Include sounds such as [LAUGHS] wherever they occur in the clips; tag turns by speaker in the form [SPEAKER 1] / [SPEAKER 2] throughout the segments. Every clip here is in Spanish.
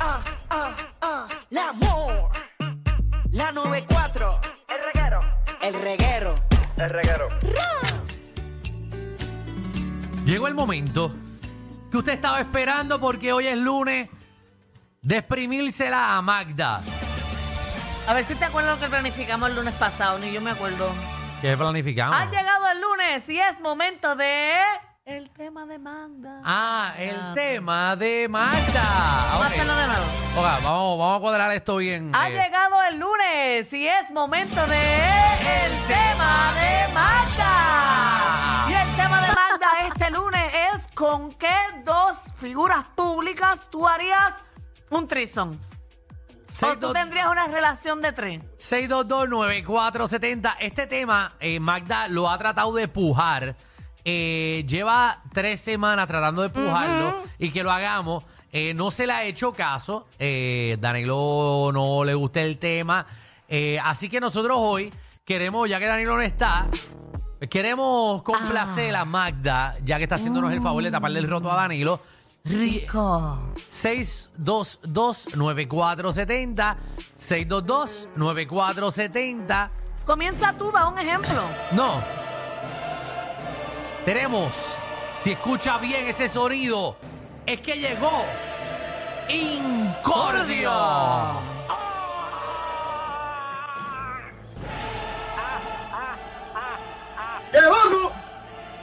[SPEAKER 1] ah, ah, la amor. La 94.
[SPEAKER 2] El reguero.
[SPEAKER 1] El reguero.
[SPEAKER 2] El reguero.
[SPEAKER 3] Llegó el momento que usted estaba esperando porque hoy es lunes de exprimírsela a Magda.
[SPEAKER 4] A ver si te acuerdas lo que planificamos el lunes pasado, ni yo me acuerdo.
[SPEAKER 3] ¿Qué planificamos?
[SPEAKER 4] Ha llegado el lunes y es momento de... El tema de Magda.
[SPEAKER 3] Ah, el
[SPEAKER 4] Ah,
[SPEAKER 3] tema de Magda.
[SPEAKER 4] Vamos a
[SPEAKER 3] Ah, Ok.
[SPEAKER 4] hacerlo de nuevo.
[SPEAKER 3] Ok, vamos, vamos a cuadrar esto bien.
[SPEAKER 4] Ha
[SPEAKER 3] eh.
[SPEAKER 4] llegado el lunes y es momento de... El tema de
[SPEAKER 3] Ah.
[SPEAKER 4] Magda. Y el tema de Magda este lunes es con qué dos figuras públicas tú harías un trison. O tú
[SPEAKER 3] 622-
[SPEAKER 4] tendrías una relación de tres.
[SPEAKER 3] 6229470. Este tema, eh, Magda lo ha tratado de pujar. Eh, lleva tres semanas tratando de pujarlo y que lo hagamos. Eh, no se le ha hecho caso. Eh, Danilo no le gusta el tema. Eh, así que nosotros hoy queremos, ya que Danilo no está, queremos complacer a Magda, ya que está haciéndonos el favor de taparle el roto a Danilo.
[SPEAKER 4] Rico.
[SPEAKER 3] 622-9470. 622-9470.
[SPEAKER 4] Comienza tú, da un ejemplo.
[SPEAKER 3] No. Tenemos, si escucha bien ese sonido, es que llegó Incordio.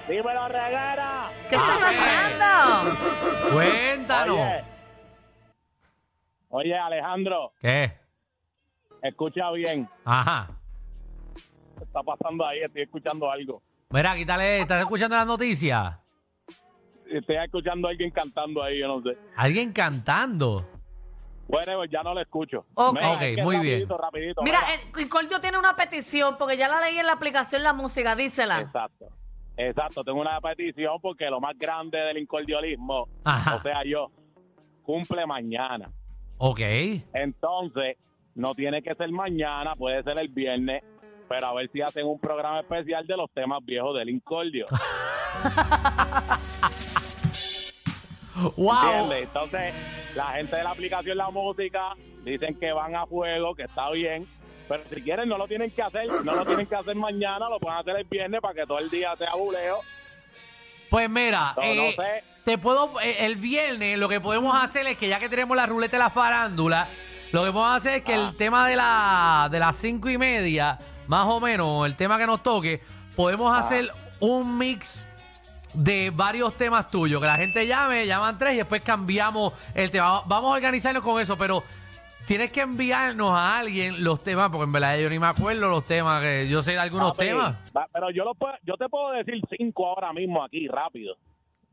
[SPEAKER 2] Dímelo, reguera.
[SPEAKER 3] Ah,
[SPEAKER 4] ¿Qué está
[SPEAKER 3] Amén.
[SPEAKER 4] pasando?
[SPEAKER 3] Cuéntanos.
[SPEAKER 2] Oye. Oye, Alejandro,
[SPEAKER 3] ¿Qué?
[SPEAKER 2] escucha bien.
[SPEAKER 3] Ajá.
[SPEAKER 2] ¿Qué está pasando ahí? Estoy escuchando algo.
[SPEAKER 3] Mira, quítale, ¿estás escuchando las noticias?
[SPEAKER 2] Estoy escuchando a alguien cantando ahí, yo no sé.
[SPEAKER 3] Alguien cantando.
[SPEAKER 2] Bueno, ya no lo escucho.
[SPEAKER 4] Ok.
[SPEAKER 3] Ok,
[SPEAKER 2] es que
[SPEAKER 3] muy bien.
[SPEAKER 2] rapidito, Rapidito,
[SPEAKER 4] Mira,
[SPEAKER 2] mira.
[SPEAKER 4] el el Cordio tiene una petición porque ya la leí en la aplicación la música, dísela.
[SPEAKER 2] Exacto. Exacto, tengo una petición porque lo más grande del incordiolismo,
[SPEAKER 3] Ajá.
[SPEAKER 2] o sea, yo, cumple mañana.
[SPEAKER 3] Ok.
[SPEAKER 2] Entonces, no tiene que ser mañana, puede ser el viernes, pero a ver si hacen un programa especial de los temas viejos del incordio.
[SPEAKER 3] Wow.
[SPEAKER 2] ¿Entiendes? Entonces, la gente de la aplicación La Música dicen que van a fuego, que está bien. Pero si quieren, no lo tienen que hacer. No lo tienen que hacer mañana, lo pueden hacer el viernes para que todo el día sea buleo.
[SPEAKER 3] Pues mira,
[SPEAKER 2] No, no
[SPEAKER 3] eh,
[SPEAKER 2] sé.
[SPEAKER 3] te puedo, eh, el viernes lo que podemos hacer es que ya que tenemos la ruleta de la farándula, lo que podemos hacer es que
[SPEAKER 2] Ah.
[SPEAKER 3] el tema de, la, de las cinco y media, más o menos, el tema que nos toque, podemos
[SPEAKER 2] Ah.
[SPEAKER 3] hacer un mix de varios temas tuyos. Que la gente llame, llaman tres y después cambiamos el tema. Vamos a organizarnos con eso, pero tienes que enviarnos a alguien los temas, porque en verdad yo ni me acuerdo los temas, que yo sé de algunos
[SPEAKER 2] Papi,
[SPEAKER 3] temas.
[SPEAKER 2] va- Pero yo, lo puedo- yo te puedo decir cinco ahora mismo aquí, rápido.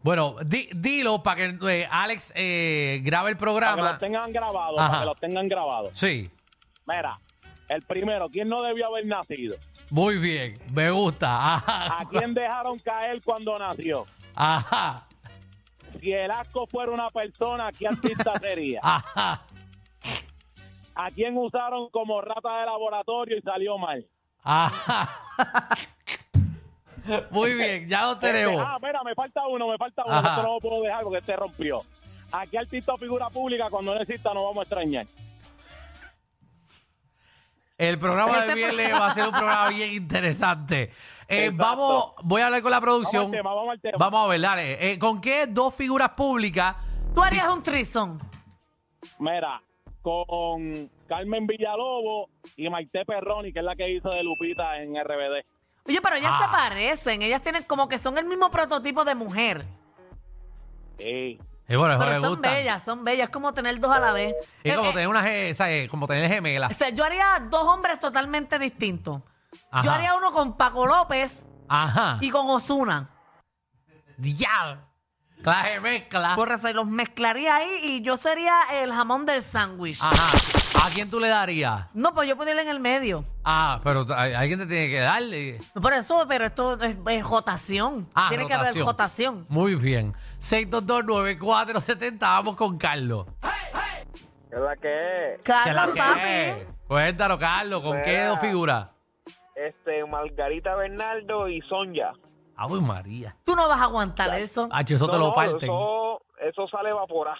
[SPEAKER 3] Bueno, di- dilo para que eh, Alex eh, grabe el
[SPEAKER 2] Para que
[SPEAKER 3] programa.
[SPEAKER 2] los tengan grabados,
[SPEAKER 3] Ajá.
[SPEAKER 2] para que los tengan grabados.
[SPEAKER 3] Sí,
[SPEAKER 2] Mira, el primero, ¿quién no debió haber nacido?
[SPEAKER 3] muy bien, me gusta.
[SPEAKER 2] ¿A
[SPEAKER 3] Ajá.
[SPEAKER 2] quién dejaron caer cuando nació?
[SPEAKER 3] Ajá.
[SPEAKER 2] Si el asco fuera una persona, ¿qué
[SPEAKER 3] [LAUGHS]
[SPEAKER 2] artista sería?
[SPEAKER 3] Ajá.
[SPEAKER 2] ¿A quién usaron como rata de laboratorio y salió mal?
[SPEAKER 3] Ajá. Muy bien, ya lo
[SPEAKER 2] Este,
[SPEAKER 3] tenemos.
[SPEAKER 2] ah, mira, me falta uno, me falta uno.
[SPEAKER 3] Ajá.
[SPEAKER 2] Esto no lo puedo dejar porque este rompió. ¿A qué artista o figura pública cuando no exista no vamos a extrañar?
[SPEAKER 3] El programa de
[SPEAKER 4] Este
[SPEAKER 3] viernes va a ser un programa bien interesante. Eh,
[SPEAKER 2] Exacto.
[SPEAKER 3] vamos, voy a hablar con la
[SPEAKER 2] Vamos
[SPEAKER 3] producción.
[SPEAKER 2] al tema, vamos al tema.
[SPEAKER 3] Vamos a ver, dale. Eh, ¿Con qué dos figuras públicas?
[SPEAKER 4] Tú harías un trison.
[SPEAKER 2] Mira, con Carmen Villalobos y Maite Perroni, que es la que hizo de Lupita en RBD.
[SPEAKER 4] Oye, pero ellas
[SPEAKER 3] Ah.
[SPEAKER 4] se parecen, ellas tienen como que son el mismo prototipo de mujer.
[SPEAKER 2] Sí.
[SPEAKER 3] Eh, bueno, eso
[SPEAKER 4] Pero
[SPEAKER 3] le
[SPEAKER 4] son
[SPEAKER 3] gusta.
[SPEAKER 4] bellas, son bellas, es como tener dos a la vez.
[SPEAKER 3] Es
[SPEAKER 4] Eh,
[SPEAKER 3] como
[SPEAKER 4] eh,
[SPEAKER 3] tener, una, ge- ¿sabes? como tener
[SPEAKER 4] o
[SPEAKER 3] gemelas.
[SPEAKER 4] sea, yo haría dos hombres totalmente distintos. Yo
[SPEAKER 3] Ajá.
[SPEAKER 4] haría uno con Paco López
[SPEAKER 3] Ajá.
[SPEAKER 4] y con Osuna.
[SPEAKER 3] Diablo. Clase de mezcla.
[SPEAKER 4] Por eso, y los mezclaría ahí y yo sería el jamón del sándwich.
[SPEAKER 3] Ajá. ¿A quién tú le darías?
[SPEAKER 4] No, pues yo ponerle en el medio.
[SPEAKER 3] Ah, pero t- a- alguien te tiene que darle.
[SPEAKER 4] Por eso, pero esto es, es jotación.
[SPEAKER 3] Ah,
[SPEAKER 4] Tiene que haber jotación.
[SPEAKER 3] Muy bien. 6229470. Vamos con Carlos.
[SPEAKER 5] ¿Qué es la que es?
[SPEAKER 4] Carlos,
[SPEAKER 3] ¿Qué la que es?
[SPEAKER 4] papi.
[SPEAKER 3] Cuéntanos, Carlos, ¿con
[SPEAKER 5] Mira.
[SPEAKER 3] qué dos figuras?
[SPEAKER 5] Este, Margarita Bernardo y Sonja.
[SPEAKER 3] Ay, María.
[SPEAKER 4] Tú no vas a aguantar eso.
[SPEAKER 3] Hacho, eso te
[SPEAKER 5] No,
[SPEAKER 3] lo
[SPEAKER 5] no,
[SPEAKER 3] parten.
[SPEAKER 5] Eso, eso sale evaporar.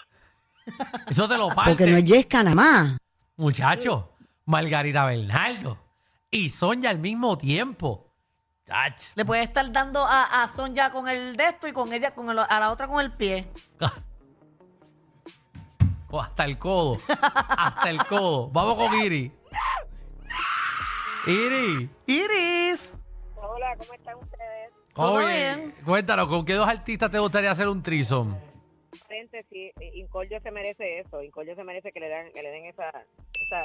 [SPEAKER 3] Eso te lo parte.
[SPEAKER 6] Porque no es Yesca nada más.
[SPEAKER 3] Muchacho, Margarita Bernardo y Sonia al mismo tiempo. Ach.
[SPEAKER 4] Le puede estar dando a, a Sonja con el de esto y con ella, con el- a la otra con el pie.
[SPEAKER 3] [LAUGHS] O hasta el codo. Hasta el codo. Vamos con Iri. Iri.
[SPEAKER 4] Iris.
[SPEAKER 7] Hola, ¿cómo están ustedes?
[SPEAKER 4] Todo
[SPEAKER 3] oye,
[SPEAKER 4] bien.
[SPEAKER 3] Cuéntanos, ¿con qué dos artistas te gustaría hacer un trison?
[SPEAKER 7] Frente, sí, eh, Incolio se merece eso. Incolio se merece que le, dan, que le den esa... esa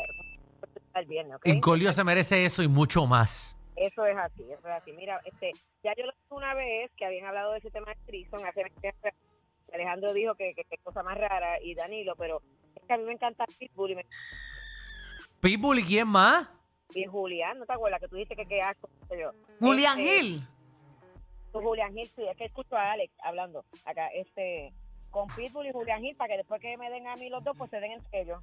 [SPEAKER 7] al viernes, ¿ok?
[SPEAKER 3] Incolio se merece eso y mucho más.
[SPEAKER 7] Eso es así, eso es así. Mira, este, ya yo lo dije una vez que habían hablado de ese tema de Trison hace meses atrás. Alejandro dijo que que- que cosa más rara y Danilo, pero es que a mí me encanta Pitbull y, me,
[SPEAKER 3] Pitbull y quién más?
[SPEAKER 7] y Julián, ¿no te acuerdas que tú dijiste que qué asco? qué sé yo?
[SPEAKER 3] Eh,
[SPEAKER 4] Julián
[SPEAKER 7] Este,
[SPEAKER 4] Gil.
[SPEAKER 7] Con Julián Gil, sí, es que escucho a Alex hablando acá, este, con Pitbull y Julián Gil, para que después que me den a mí los dos, pues se den entre ellos.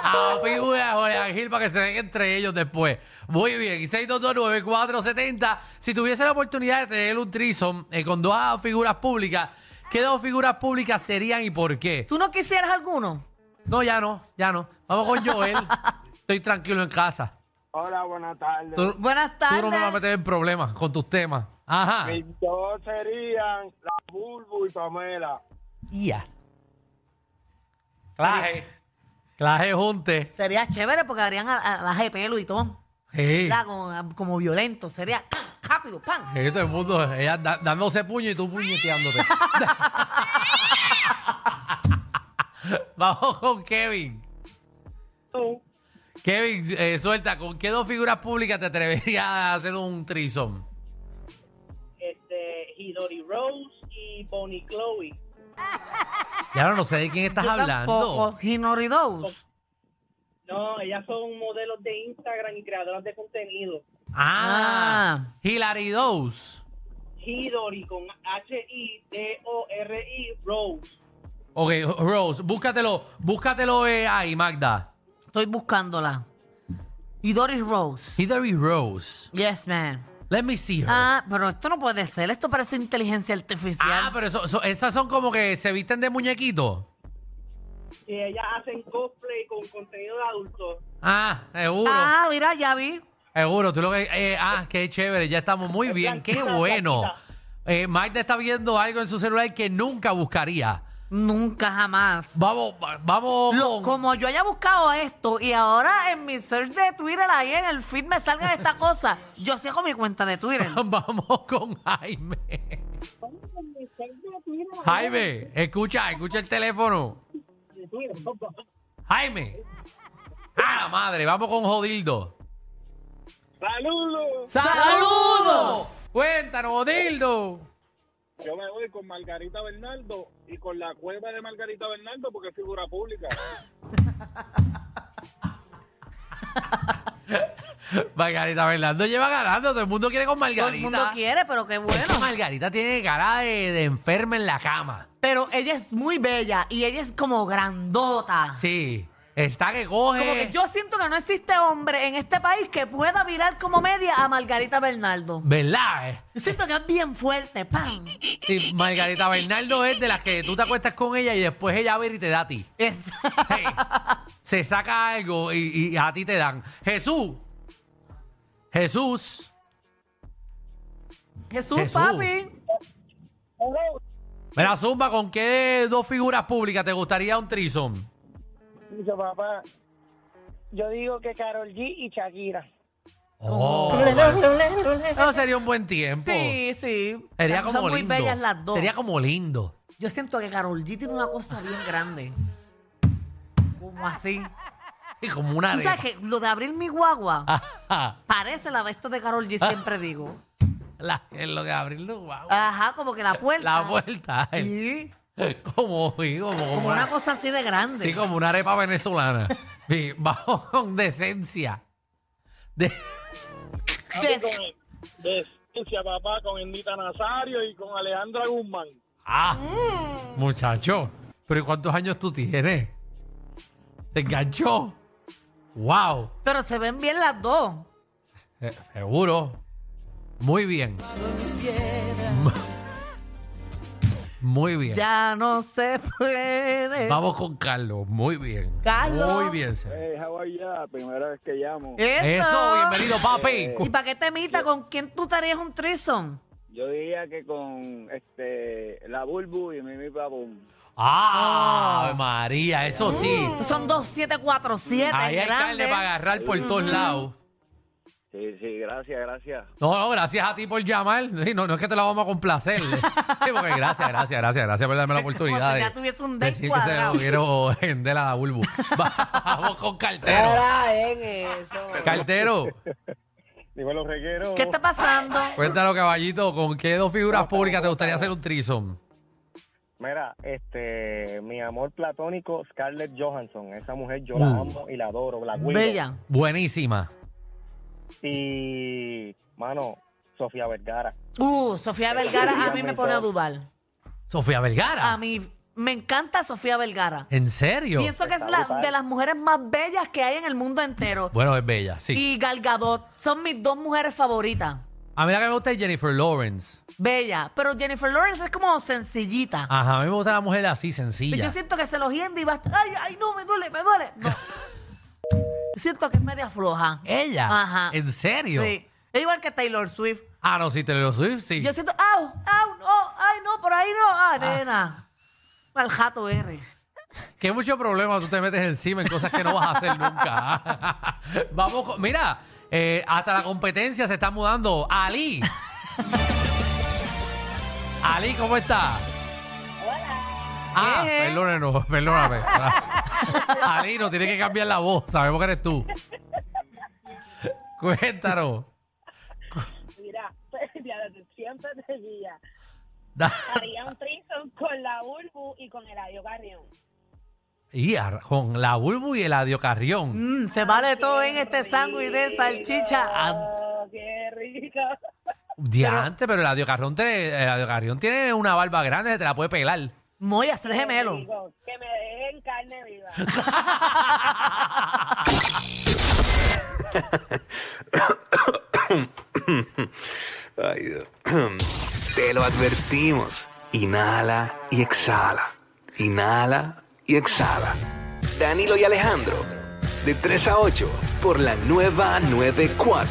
[SPEAKER 3] A Pitbull y Ah, a Jorge Gil para que se den entre ellos después. Muy bien, y 6229470. Si tuviese la oportunidad de tener un trison con dos figuras públicas, ¿qué dos figuras públicas serían y por qué?
[SPEAKER 4] ¿Tú no quisieras alguno?
[SPEAKER 3] No, ya no, ya no. Vamos con Joel. Estoy tranquilo en casa.
[SPEAKER 5] Hola, buenas tardes.
[SPEAKER 3] Tú,
[SPEAKER 4] Buenas
[SPEAKER 3] tú
[SPEAKER 4] tardes.
[SPEAKER 3] no me vas a meter en problemas con tus temas. Ajá.
[SPEAKER 5] Mis dos serían la Bulbu y Pamela.
[SPEAKER 3] Ya. Claje. Claje junte.
[SPEAKER 4] Sería chévere porque harían a, a las de pelo y todo.
[SPEAKER 3] Sí.
[SPEAKER 4] ¿Verdad? Como, como violento. Sería ¡pam! rápido, pan.
[SPEAKER 3] Sí, todo el mundo, ella da- dándose puño y tú puñeteándote. [LAUGHS] Vamos con Kevin. Kevin, eh, suelta, ¿con qué dos figuras públicas te atreverías a hacer un trison?
[SPEAKER 8] este, Hidori Rose y Bonnie Chloe.
[SPEAKER 3] Ya no, no sé de quién estás hablando.
[SPEAKER 4] Tampoco. Hinori Dose.
[SPEAKER 8] No, ellas son modelos de Instagram y creadoras de contenido.
[SPEAKER 3] Ah,
[SPEAKER 4] Ah.
[SPEAKER 3] Hilary Dose.
[SPEAKER 8] Hidori con H-I-D-O-R-I Rose.
[SPEAKER 3] Ok, Rose, búscatelo, búscatelo eh, ahí, Magda.
[SPEAKER 4] Estoy buscándola. Y Doris Rose.
[SPEAKER 3] Hilary Rose.
[SPEAKER 4] Yes, man.
[SPEAKER 3] Let me see her.
[SPEAKER 4] Ah, pero esto no puede ser. Esto parece inteligencia artificial.
[SPEAKER 3] Ah, pero eso- eso- esas son como que se visten de muñequito.
[SPEAKER 8] Y ellas hacen cosplay con contenido de adultos.
[SPEAKER 3] Ah, seguro.
[SPEAKER 4] Ah, mira, ya vi.
[SPEAKER 3] Seguro, tú lo que. eh, ah, qué chévere, ya estamos muy bien, qué
[SPEAKER 8] blanquita,
[SPEAKER 3] bueno.
[SPEAKER 8] blanquita.
[SPEAKER 3] Eh, Magda está viendo algo en su celular que nunca buscaría.
[SPEAKER 4] Nunca jamás.
[SPEAKER 3] Vamos, va- vamos.
[SPEAKER 4] Lo-
[SPEAKER 3] con-
[SPEAKER 4] como yo haya buscado esto y ahora en mi search de Twitter ahí en el feed me
[SPEAKER 3] [LAUGHS]
[SPEAKER 4] salga esta cosa, yo cierro mi cuenta de Twitter.
[SPEAKER 3] vamos con Jaime. Jaime, escucha, escucha el teléfono. Jaime. A la madre, vamos con Jodildo.
[SPEAKER 5] ¡Saludos!
[SPEAKER 3] ¡Saludos! Cuéntanos, Jodildo.
[SPEAKER 5] Yo me voy con Margarita Bernardo y con la cueva de Margarita Bernardo porque es figura pública.
[SPEAKER 3] Margarita Bernardo lleva ganando, todo el mundo quiere con Margarita.
[SPEAKER 4] Todo el mundo quiere, pero qué
[SPEAKER 3] Es que [LAUGHS]
[SPEAKER 4] bueno.
[SPEAKER 3] Margarita tiene cara de, de enferma en la cama.
[SPEAKER 4] Pero ella es muy bella y ella es como grandota.
[SPEAKER 3] Sí, eh. está que coge.
[SPEAKER 4] Como que yo siento que no existe hombre en este país que pueda virar como media a Margarita Bernardo.
[SPEAKER 3] ¿Verdad? eh?
[SPEAKER 4] Siento que es bien
[SPEAKER 3] [LAUGHS]
[SPEAKER 4] fuerte, pan.
[SPEAKER 3] Sí, Margarita Bernardo es de las que tú te acuestas con ella y después ella viene y te da a ti.
[SPEAKER 4] Es- [LAUGHS]
[SPEAKER 3] Hey, se saca algo y, y a ti te dan. Jesús. Jesús.
[SPEAKER 4] Jesús,
[SPEAKER 3] Jesús.
[SPEAKER 4] papi.
[SPEAKER 3] Mira, Zumba, ¿con qué dos figuras públicas te gustaría un trison?
[SPEAKER 9] Dice papá, yo digo que Carol G y Shakira.
[SPEAKER 3] Oh, eso sería un buen tiempo.
[SPEAKER 4] Sí, sí.
[SPEAKER 3] Sería
[SPEAKER 4] Son
[SPEAKER 3] como
[SPEAKER 4] muy
[SPEAKER 3] lindo.
[SPEAKER 4] bellas las dos.
[SPEAKER 3] Sería como lindo.
[SPEAKER 4] Yo siento que Carol G tiene una cosa bien grande. Como así.
[SPEAKER 3] Y como una
[SPEAKER 4] Tú sabes
[SPEAKER 3] arepa.
[SPEAKER 4] que lo de abrir mi guagua
[SPEAKER 3] Ah. Ajá.
[SPEAKER 4] parece la de esto de Carol
[SPEAKER 3] Ah.
[SPEAKER 4] G, siempre digo.
[SPEAKER 3] [LAUGHS] La- es lo que abrirlo, wow.
[SPEAKER 4] Ajá, como que la puerta.
[SPEAKER 3] La vuelta. ay.
[SPEAKER 4] Sí,
[SPEAKER 3] Como, sí, como, como
[SPEAKER 4] como una cosa así de grande.
[SPEAKER 3] sí, como una arepa
[SPEAKER 4] [LAUGHS]
[SPEAKER 3] venezolana. Sí, vamos con decencia. De-
[SPEAKER 4] Que-
[SPEAKER 5] Decencia, papá, con Enita Nazario y con Alejandra Guzmán.
[SPEAKER 3] ah, muchacho. Pero ¿y cuántos años tú tienes? ¿Te enganchó? ¡Wow!
[SPEAKER 4] Pero se ven bien las dos.
[SPEAKER 3] Eh, seguro. Muy bien. [LAUGHS] Muy bien.
[SPEAKER 4] Ya no se puede.
[SPEAKER 3] Vamos con Carlos. Muy bien.
[SPEAKER 4] Carlos.
[SPEAKER 3] Muy bien, señor.
[SPEAKER 5] Hey, how are ya? Primera vez que llamo.
[SPEAKER 4] Eh.
[SPEAKER 3] Eso, bienvenido, papi.
[SPEAKER 4] ¿Y para qué temita? ¿Con quién tú te harías un trison?
[SPEAKER 5] Yo diría que con este la Bulbu y Mimi Babum.
[SPEAKER 3] Ah, Ave María, eso sí.
[SPEAKER 4] Son dos, siete, cuatro, siete.
[SPEAKER 3] Ahí hay carne
[SPEAKER 4] grandes.
[SPEAKER 3] para agarrar por todos lados.
[SPEAKER 5] Sí, sí, gracias, gracias.
[SPEAKER 3] No, no, gracias a ti por llamar. Sí, No, no es que te la vamos a
[SPEAKER 4] [LAUGHS]
[SPEAKER 3] complacer. Sí, porque gracias, gracias, gracias, gracias por darme la oportunidad.
[SPEAKER 4] Pues, Como si
[SPEAKER 3] de
[SPEAKER 4] ya tuviese un date
[SPEAKER 3] decir que se lo
[SPEAKER 4] cuadrado.
[SPEAKER 3] quiero vender a la Bulbu.
[SPEAKER 4] [LAUGHS]
[SPEAKER 3] Vamos con cartero. Cartero,
[SPEAKER 5] Digo, los regueros.
[SPEAKER 4] ¿Qué está pasando?
[SPEAKER 3] cuéntanos, caballito, ¿con qué dos figuras públicas te gustaría hacer un trison?
[SPEAKER 6] Mira, este, mi amor platónico, Scarlett Johansson. Esa mujer yo la
[SPEAKER 3] Uh.
[SPEAKER 6] amo y la adoro, la cuido.
[SPEAKER 4] Bella.
[SPEAKER 3] Buenísima.
[SPEAKER 6] Y, mano, Sofía Vergara.
[SPEAKER 4] Uh, Sofía Vergara a mí me pone a dudar.
[SPEAKER 3] Sofía Vergara.
[SPEAKER 4] A mí me encanta Sofía Vergara.
[SPEAKER 3] ¿En serio?
[SPEAKER 4] Pienso que es la, de las mujeres más bellas que hay en el mundo entero.
[SPEAKER 3] Bueno, es bella, sí.
[SPEAKER 4] Y Gal Gadot son mis dos mujeres favoritas.
[SPEAKER 3] A mí la que me gusta es Jennifer Lawrence.
[SPEAKER 4] Bella. Pero Jennifer Lawrence es como sencillita.
[SPEAKER 3] Ajá, a mí me gusta la mujer así,
[SPEAKER 4] Y
[SPEAKER 3] sencilla.
[SPEAKER 4] yo siento que se lo hiende y va a estar, ay, ay, no, me duele, me duele.
[SPEAKER 3] [LAUGHS]
[SPEAKER 4] No. siento que es media floja.
[SPEAKER 3] ¿Ella?
[SPEAKER 4] Ajá.
[SPEAKER 3] ¿En serio?
[SPEAKER 4] Sí. Es igual que Taylor Swift.
[SPEAKER 3] Ah, no, sí, Taylor Swift, sí.
[SPEAKER 4] Yo siento, au, au, no, ay, no, por ahí no, ah, nena. Al jato R.
[SPEAKER 3] Qué mucho problema tú te metes encima en cosas que no vas a hacer nunca. [LAUGHS] Vamos, con- mira, eh, hasta la competencia se está mudando. Ali. [LAUGHS] Ali, ¿cómo estás? Hola. Ah,
[SPEAKER 4] Eh.
[SPEAKER 3] perdónenos, perdóname.
[SPEAKER 4] [LAUGHS]
[SPEAKER 3] Gracias. Ali, no tienes que cambiar la voz. Sabemos que eres tú. Cuéntanos.
[SPEAKER 8] Mira, [LAUGHS] ya desde siempre te guía.
[SPEAKER 3] Da-
[SPEAKER 8] Haría un trison con la Urbu y con el Adio Carrión.
[SPEAKER 3] Y a- con la Bulbu y el Adio Carrión.
[SPEAKER 4] Mm, se vale todo en este sándwich de salchicha. Ah,
[SPEAKER 8] Oh, qué rico.
[SPEAKER 3] Diante, pero el Adio Carrión, te- el Adio Carrión tiene una barba grande, te la puede pelar.
[SPEAKER 4] Muy a ser gemelo.
[SPEAKER 8] Digo, que me dejen carne viva.
[SPEAKER 10] Ay, Dios. Te lo advertimos. Inhala y exhala. Inhala y exhala. Danilo y Alejandro, de 3 a 8, por la nueva 94.